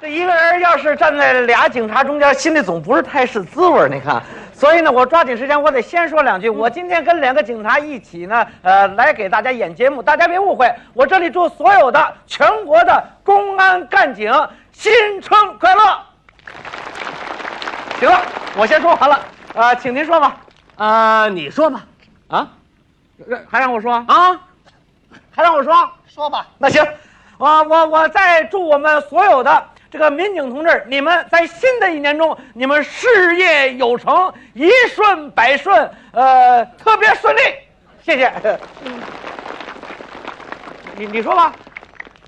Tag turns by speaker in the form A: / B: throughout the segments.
A: 这一个人要是站在俩警察中间，心里总不是太是滋味儿。你看，所以呢，我抓紧时间，我得先说两句。我今天跟两个警察一起呢，呃，来给大家演节目。大家别误会，我这里祝所有的全国的公安干警新春快乐。行了，我先说完了，呃，请您说吧。
B: 啊，你说吧，啊
A: 还让我说？
B: 啊，
A: 还让我说？
C: 说吧，
A: 那行，我我我再祝我们所有的这个民警同志，你们在新的一年中，你们事业有成，一顺百顺，呃，特别顺利。谢谢。你你说吧，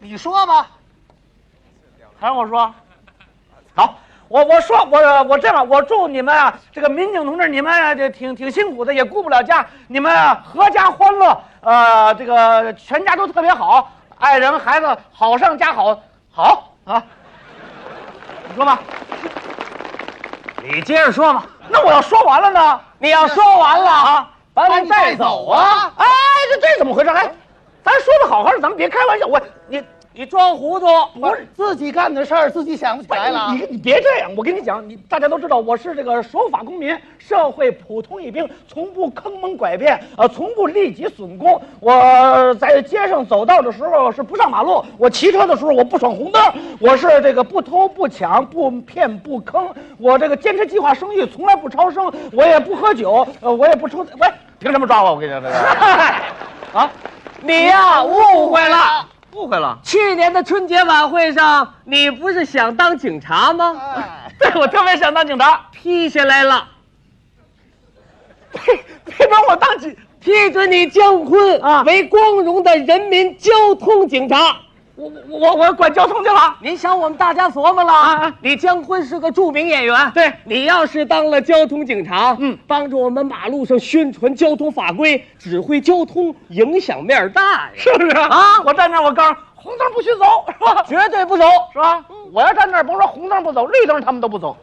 C: 你说吧，
A: 还让我说？好，我我说我我这样，我祝你们啊，这个民警同志，你们啊，这挺挺辛苦的，也顾不了家，你们啊，阖家欢乐，呃，这个全家都特别好，爱人孩子好上加好，好啊。你说吧，
B: 你接着说吧。
A: 那我要说完了呢？
B: 你要说完了啊，
A: 把
C: 把
A: 你
C: 你
A: 带
C: 带
A: 走
C: 走
A: 啊
C: 啊！
A: 哎，这这怎么回事？哎，咱说的好好的，咱们别开玩笑。我你
B: 你装糊涂，
C: 不是自己干的事儿，自己想不起来
B: 哎
C: 了
A: 你。你别这样，我跟你讲，你大家都知道我是这个守法公民，社会普通一兵，从不坑蒙拐骗，呃，从不利己损公。我在街上走道的时候是不上马路，我骑车的时候我不闯红灯，我是这个不偷不抢不骗不坑，我这个坚持计划生育，从来不超生，我也不喝酒，呃，我也不抽。喂，
B: 凭什么抓我？我跟你讲，这个
A: 啊，
B: 你呀、误会了。
A: 误会了。
B: 去年的春节晚会上，你不是想当警察吗？
C: 哎，
A: 对，我特别想当警察，
B: 批下来了，
A: 别把我当警，
B: 批准你征婚
A: 啊
B: 为光荣的人民交通警察。
A: 我我我我管交通去了。
B: 您想我们大家琢磨了啊，李江坤是个著名演员，
A: 对
B: 你要是当了交通警察，
A: 嗯
B: 帮着我们马路上宣传交通法规，指挥交通，影响面儿大呀，
A: 是不是啊？我站那儿我告诉红灯不许走，是吧？
B: 绝对不走。
A: 是吧？我要站那儿，甭说红灯不走，绿灯他们都不走。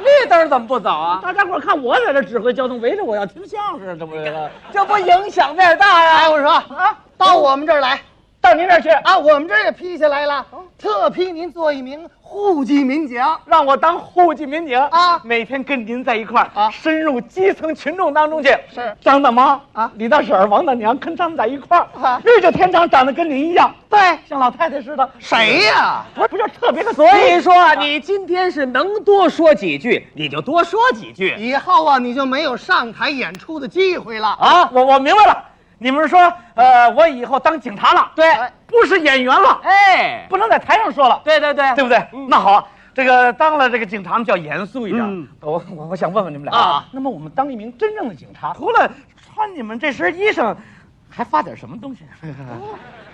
B: 绿灯怎么不走啊？
A: 大家伙儿看我在这指挥交通，围着我要听相声，这不是？
B: 这不影响面儿大呀？
C: 哎，我说啊，到我们这儿来
A: 到您这儿去啊，
C: 啊，我们这儿也批下来了，
B: 哦
C: 特批您做一名户籍民警。
A: 让我当户籍民警
C: 啊
A: 每天跟您在一块儿
C: 啊
A: 深入基层群众当中去。
C: 是
A: 张大妈
C: 啊
A: 李大婶儿、王大娘跟他们在一块儿
C: 啊
A: 日久天长，长得跟您一样，
C: 对，
A: 像老太太似的。
C: 谁呀？
A: 不是不就特别的
B: 所以说啊，你今天是能多说几句，你就多说几句
C: 以后啊，你就没有上台演出的机会了。
A: 啊？我我明白了，你们说呃，我以后当警察了，哎
B: 对
A: 不是演员了，
B: 哎，
A: 不能在台上说了。
B: 对对对，
A: 对不对？
B: 嗯
A: 那好啊，这个当了这个警察们就要严肃一点。
B: 嗯
A: 我我我想问问你们俩
B: 啊
A: 那么我们当一名真正的警察，除了穿你们这身衣裳，还发点什么东西？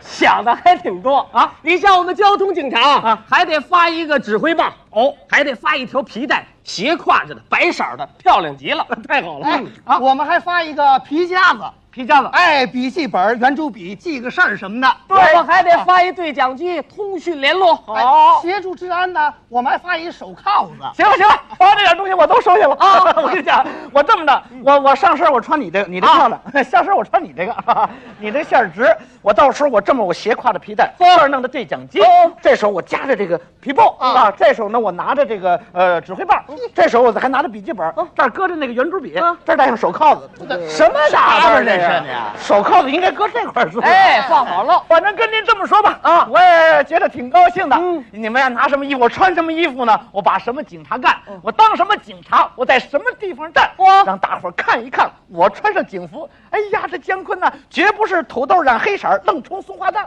B: 想的还挺多
A: 啊
B: 啊！你像我们交通警察
A: 啊
B: 啊，还得发一个指挥棒
A: 哦
B: 哦，还得发一条皮带，斜挎着的，白色儿的，漂亮极了， 太好
C: 哎
B: 啊，
C: 我们还发一个皮夹子，
A: 皮夹子。
C: 哎，笔记本、圆珠笔，记个事儿什么的。
B: 我们还得发一对讲机，通讯联络。
C: 哎
A: 好
C: 协助治安呢，我们还发一手铐子。
A: 行了行了，把这点东西我都收下了啊！ 我跟你讲，我这么的，我我上身我穿你这，你这漂亮；下身我穿你这个， 你这线儿直。我到时候我这么我斜挎着皮带，这儿弄的对讲机，这手我夹着这个皮包啊，这手呢我拿着这个呃指挥棒，这手我还拿着笔记本，这儿搁着那个圆珠笔，这儿戴上手铐子，什么打扮这是？啊手铐子应该搁这块儿是吧？
B: 哎，放好了。
A: 反正跟您这么说吧，啊，嗯我也觉得挺高兴的。你们要拿什么衣服，我穿什么衣服呢？我把什么警察干，我当什么警察，我在什么地方站，
B: 哇
A: 让大伙儿看一看。我穿上警服，哎呀，这姜昆呢，绝不是土豆染黑色儿，愣充松花蛋。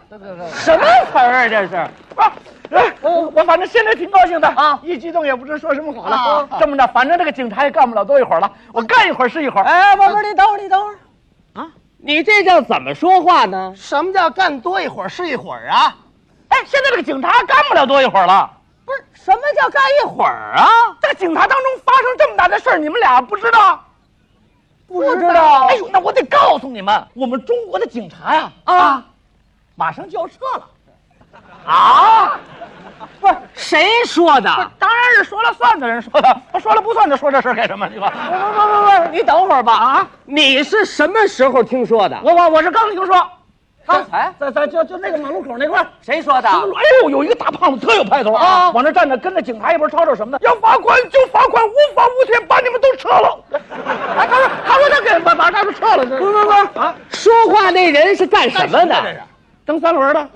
A: 什么词儿啊，这是？啊，哎我我反正现在挺高兴的
B: 啊
A: 一激动也不知说什么好了
C: 啊。
A: 这么着，反正这个警察也干不了多一会儿了，我干一会儿是一会儿。
B: 哎，宝贝儿，你等会儿，你等会儿。啊，你这叫怎么说话呢？
C: 什么叫干多一会儿是一会儿啊？
A: 哎，现在这个警察干不了多一会儿了。
B: 不是，什么叫干一会儿啊？
A: 在警察当中发生这么大的事儿，你们俩不知道？
B: 不知道
A: 哎呦，那我得告诉你们，我们中国的警察呀，
B: 啊，
A: 马上就要撤了。啊？
B: 不是谁说的？
A: 当然是说了算的人说的，他说了不算的，说这事儿干什么？你吧，
B: 不不不不不，你等会儿吧啊！你是什么时候听说的？
A: 我我我是刚听说，
D: 刚才
A: 在在就就那个马路口那块儿。
D: 谁说的？
A: 哎呦，有一个大胖子特有派头
D: 啊
A: 啊，往那站着，跟着警察一边吵吵什么的，要罚款就罚款，无法无天，把你们都撤了。哎，他说他说他给把把他们撤了，不不不啊，
B: 说话那人是干什么的？
A: 蹬三轮的，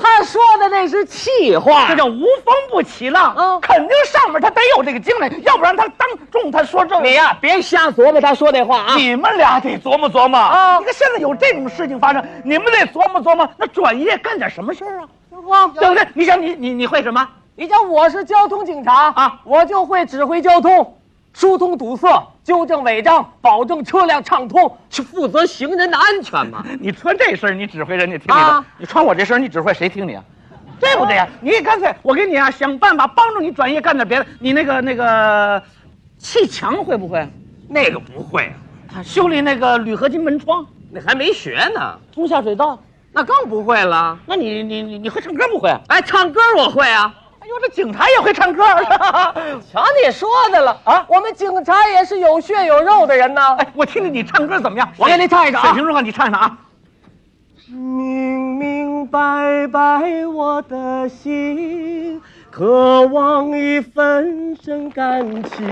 B: 他说的那是气话
A: 这。叫无风不起浪。
B: 嗯
A: 肯定上面他得有这个精神，要不然他当众他说这
B: 你呀、别瞎琢磨他说那话啊！
A: 你们俩得琢磨琢磨啊！你看现在有这种事情发生，你们得琢磨琢磨，那转业干点什么事儿啊？对不对？你想你你你会什么？
D: 你叫我是交通警察
A: 啊
D: 我就会指挥交通，疏通堵塞，纠正违章，保证车辆畅通，
B: 去负责行人的安全 嘛。
A: 你穿这身儿你指挥人家听你的，
D: 啊
A: 你穿我这身儿你指挥谁听你啊？对不对呀、你干脆我给你啊，想办法帮助你转业干点别的。你那个那个砌墙会不会？
B: 那个不会、啊，
A: 啊修理那个铝合金门窗，
B: 那还没学呢，
A: 通下水道。
B: 那更不会了。
A: 那你你你你会唱歌不会？啊
B: 哎，唱歌我会啊。
A: 哎呦，这警察也会唱歌啊！
D: 瞧你说的了
A: 啊
D: 我们警察也是有血有肉的人呐。
A: 哎，我听听你唱歌怎么样？
B: 我给你唱一个啊
A: 水平如何？你唱唱啊！
B: 明明白白我的心，渴望一份真感情。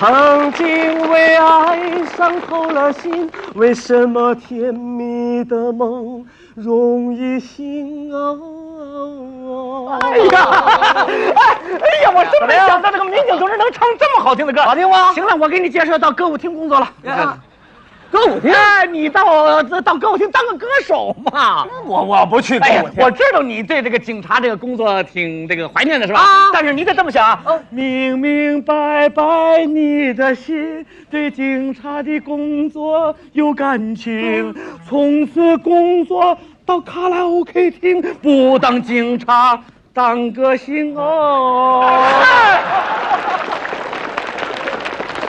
B: 曾经为爱伤透了心，为什么甜蜜的梦容易醒啊？
A: 哎呀，哎哎呀，我真没想到这个民警同志能唱这么好听的歌，好听吗？行了，我给你介绍到歌舞厅工作了。歌舞厅？哎，你到到歌舞厅当个歌手嘛？
B: 我我不去
A: 哎呀，我知道你对这个警察这个工作挺这个怀念的是吧？
D: 啊
A: 但是你得这么想啊，明明白白你的心对警察的工作有感情，从此工作到卡拉 OK 厅，不当警察当歌星哦。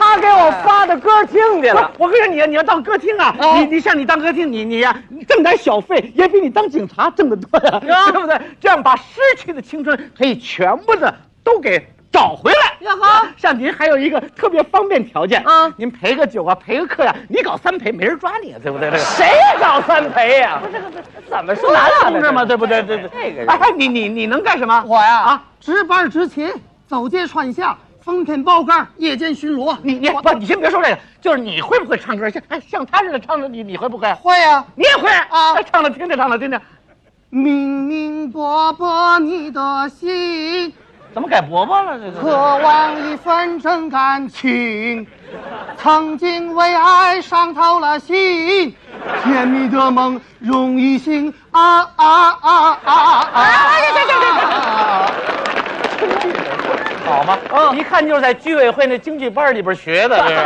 D: 他给我发的歌听去了。
A: 啊我跟你说，你你要当歌厅啊，
D: 啊
A: 你你像你当歌厅，你你呀、挣点小费也比你当警察挣得多呀、
D: 啊
A: 对不对？这样把失去的青春可以全部的都给找回来。啊
D: 呀哈
A: 像您还有一个特别方便条件
D: 啊
A: 您陪个酒啊，陪个客呀、你搞三陪没人抓你啊，对不对？这个
D: 谁搞三陪呀、怎么说
A: 男
D: 呢？
A: 同志嘛，对不对？对对。
D: 这个人
A: 哎，你你你能干什么？
C: 我呀
A: 啊，
C: 值班执勤，走街串巷，封片包干，夜间巡逻。
A: 你你不，你先别说这个，就是你会不会唱歌？像哎像他似的唱的，你你会不会？啊
C: 会呀、
A: 你也会
C: 啊
A: 哎唱了听听，唱了听听。
C: 明明白白你的心，
A: 怎么改伯伯了？这
C: 渴
A: 个
C: 望一份真感情，曾经为爱伤透了心，甜蜜的梦容易醒啊啊啊啊啊！
A: 哎对对对对好吗？嗯，一看就是在居委会那京剧班里边学的。这 是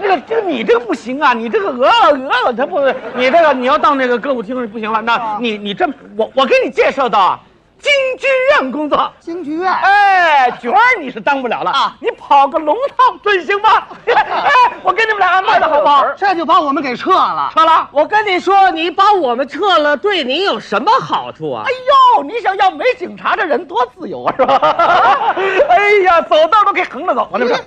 A: 那个，这个你这个不行啊！你这个鹅鹅鹅，他不，你这个你要到那个歌舞厅不行了。那你你这么，我我给你介绍到啊，京剧院工作。
C: 京剧院
A: 哎，角儿你是当不了了啊，你跑个龙套准行吗？ 哎，我给你们俩安排的好不好？
C: 哦这就把我们给撤了。
A: 撤了。
B: 我跟你说，你把我们撤了，对你有什么好处啊
A: 哎？呦，你想要没警察这人多自由啊， 是吧？哎呀，走道都可以横着走，往那边走。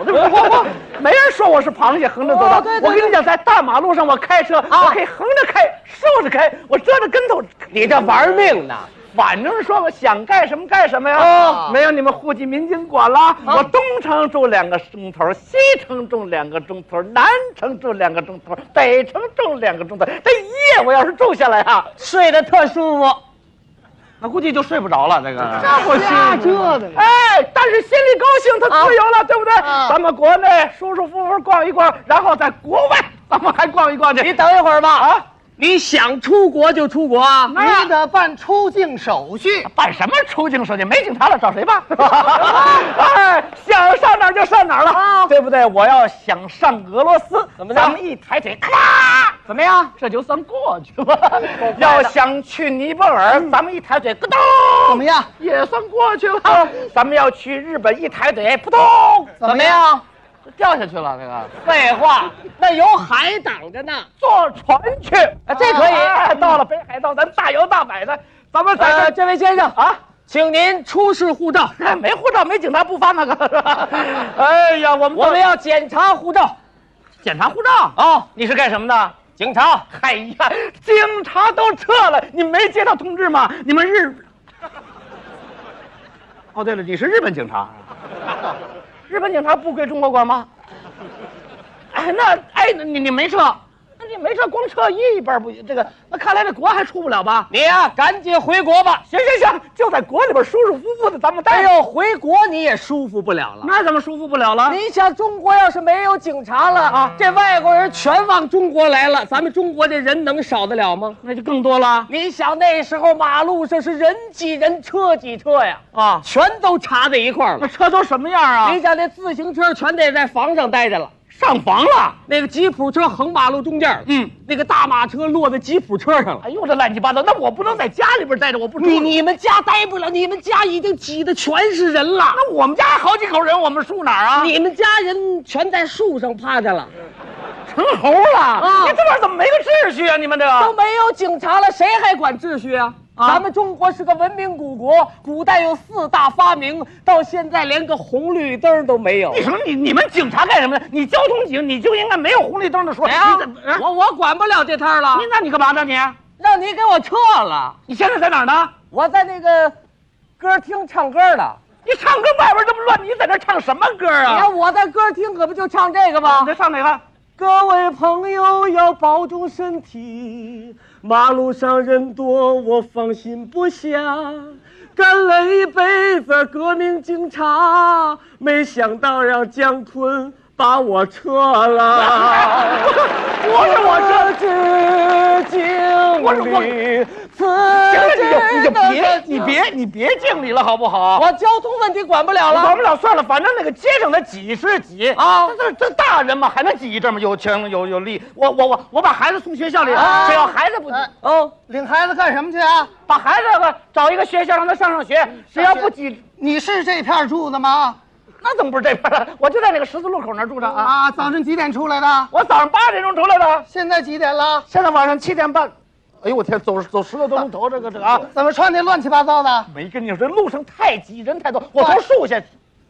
A: 我这边我我没人说我是螃蟹横着走道
D: 哦对对，对啊
A: 我跟你讲，在大马路上我开车，我可以横着开，竖着开，我折着跟头。
B: 你这玩命呢？
A: 反正说我想干什么干什么呀，
D: 哦
A: 没有你们户籍民警管了。我东城住两个钟头，西城住两个钟头，南城住两个钟头，北城住两个钟头。这一夜我要是住下来啊，
B: 睡得特舒服。
A: 那估计就睡不着了。这个
C: 这不瞎折腾。
A: 哎，但是心里高兴，他自由
B: 啊
A: 了，对不对？咱们国内舒舒服服逛一逛，然后在国外 咱们还逛一逛去。
B: 你等一会儿吧啊！你想出国就出国啊！
C: 你得办出境手续，
A: 办什么出境手续？没警察了，找谁 办？哎，想上哪儿就上哪儿了，对不对？我要想上俄罗斯，
B: 啊怎么着
A: 咱们一抬腿，咔，怎么样？这就算过去了。要想去尼泊尔，
B: 嗯
A: 咱们一抬腿，咯咚，
C: 怎么样？
A: 也算过去了。
B: 啊
A: 咱们要去日本，一抬腿，扑通，
C: 怎么样？
A: 掉下去了，这个。
B: 废话，那有海挡着呢。
A: 坐船去，啊
B: 这可以
A: 哎到了北海道，咱大摇大摆的，咱们在这
B: 呃，
A: 儿
B: 这位先生，
A: 啊，
B: 请您出示护照，
A: 哎没护照，没警察不发那个。哎呀，我们
B: 我们要检查护照。
A: 检查护照。
B: 哦，
A: 你是干什么的？
D: 警察，
A: 哎呀，警察都撤了，你没接到通知吗？你们日……哦，对了，你是日本警察，日本警察不归中国管吗？哎，那哎，那你你没撤，那你没撤，光撤一半不这个，那看来这国还出不了吧？
D: 你呀、赶紧回国吧。
A: 行行行，就在国里边舒舒服服的，咱们
D: 哎
A: 待着。
D: 呦，回国你也舒服不了了。
A: 那怎么舒服不了了？
D: 你想，中国要是没有警察了啊，这外国人全往中国来了，咱们中国这人能少得了吗？
A: 那就更多了啊
D: 你想那时候马路上是人挤人，车挤车呀，
A: 啊！
D: 全都查在一块儿
A: 那
D: 了。
A: 车都什么样啊
D: 你？想那自行车全得在房上待着了，
A: 上房了。
D: 那个吉普车横马路中间，
A: 嗯，
D: 那个大马车落在吉普车上了。
A: 哎呦，这乱七八糟！那我不能在家里边待着，我不出去
D: 你你们家待不了，你们家已经挤得全是人了，
A: 那我们家好几口人，我们住哪儿啊？
D: 你们家人全在树上趴着了，
A: 成猴了
D: 啊
A: 你这玩意儿怎么没个秩序啊？你们这
D: 都
A: 个
D: 没有警察了，谁还管秩序啊？
A: 啊
D: 咱们中国是个文明古国，古代有四大发明，到现在连个红绿灯都没有
A: 你。什么？你你们警察干什么呢？你交通警你就应该没有红绿灯的时候。
D: 谁哎呀
A: 你怎么啊？
D: 我啊我管不了这摊儿了
A: 你，那你干嘛呢？你
D: 让你给我撤了。
A: 你现在在哪儿呢？
D: 我在那个歌厅唱歌呢。
A: 你唱歌外边这么乱，你在这唱什么歌
D: 你
A: 啊？
D: 看我在歌厅可不就唱这个吗
A: 你？在唱哪个？
B: 各位朋友要保重身体，马路上人多，我放心不下。干了一辈子革命警察，没想到让姜昆把我撤了。
A: 不是我这。
B: 这致敬
A: 我是我
B: 礼，此
A: 行了，你就
B: 致
A: 你就别你别你别敬礼了，好不好？
D: 我交通问题管不了
A: 管
D: 了
A: 不了算了，反正那个街上的挤是挤
D: 啊
A: 这这大人嘛还能挤一阵吗？有情有有力，我我我我把孩子送学校里，只要孩子不
C: 哎
D: 哦，
C: 领孩子干什么去啊？
A: 把孩子吧找一个学校让他上上学，只要不挤，
C: 你是这片儿住的吗？
A: 那怎么不是这边儿了？啊我就在那个十字路口那儿住着啊。
C: 啊，早晨几点出来的？
A: 我早上八点钟出来的，
C: 现在几点了？
A: 现在晚上七点半。哎呦我天，走走十个多钟头，这个这个啊，
C: 怎么穿的乱七八糟的？
A: 没跟你说，这路上太挤，人太多。我从树下，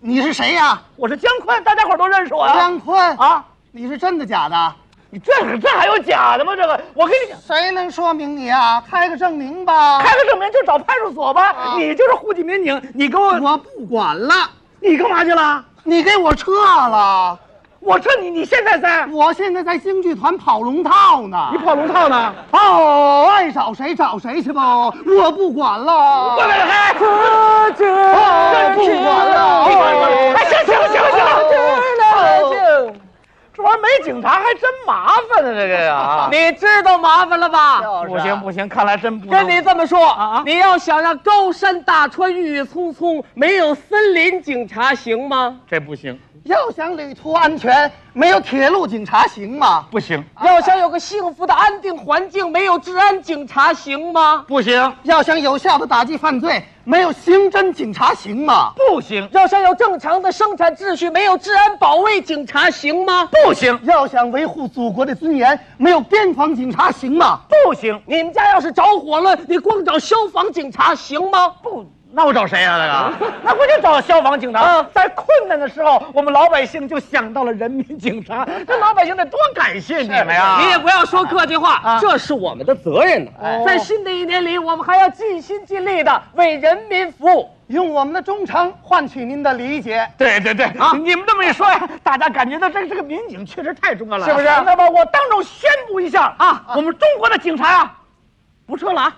C: 你是谁呀、
A: 我是姜昆，大家伙儿都认识我啊。
C: 姜昆
A: 啊，
C: 你是真的假的？
A: 你这个这还有假的吗？这个我跟你讲。
C: 谁能说明你啊？开个证明吧。
A: 开个证明就找派出所吧。你就是户籍民警，你给我，
C: 我不管了，
A: 你干嘛去了？
C: 你给我撤了。
A: 我撤你，你现在在？
C: 我现在在京剧团跑龙套呢。
A: 你跑龙套呢？
C: 跑，爱找谁找谁去吧，我不管
A: 喂
C: 了。
A: 喂，嗨，
B: 我这
C: 我不管
A: 你哦管
C: 了。
A: 管哎，行行行行，
D: 哦
A: 这玩意儿没警察还真麻烦呢，这个呀。 啊
D: 你知道麻烦了吧？
C: 啊
A: 不行不行，看来真不能
D: 跟你这么说
A: 啊
D: 你要想让高山大川、郁郁葱葱，没有森林警察行吗？
A: 这不行
C: 要想旅途安全，没有铁路警察行吗？
A: 不行
D: 要想有个幸福的安定环境，没有治安警察行吗？
A: 不行
C: 要想有效的打击犯罪，没有刑侦警察行吗？
A: 不行
D: 要想有正常的生产秩序，没有治安保卫警察行吗？
A: 不行
C: 要想维护祖国的尊严，没有边防警察行吗？
A: 不行
D: 你们家要是着火了，你光找消防警察行吗？
A: 不，那我找谁呀、啊？那个，
D: 嗯
A: 那不就找消防警察？在困难的时候，我们老百姓就想到了人民警察，这老百姓得多感谢你们呀！
D: 嗯你也不要说客气话，
A: 啊
D: 这是我们的责任呢、
A: 哎
D: 在新的一年里，我们还要尽心尽力的为人民服务。
C: 用我们的忠诚换取您的理解。
A: 对对对啊！你们这么一说呀，大家感觉到这这个民警确实太重要了，
D: 是不是
A: 那么我当众宣布一下啊，我们中国的警察啊，不撤了啊！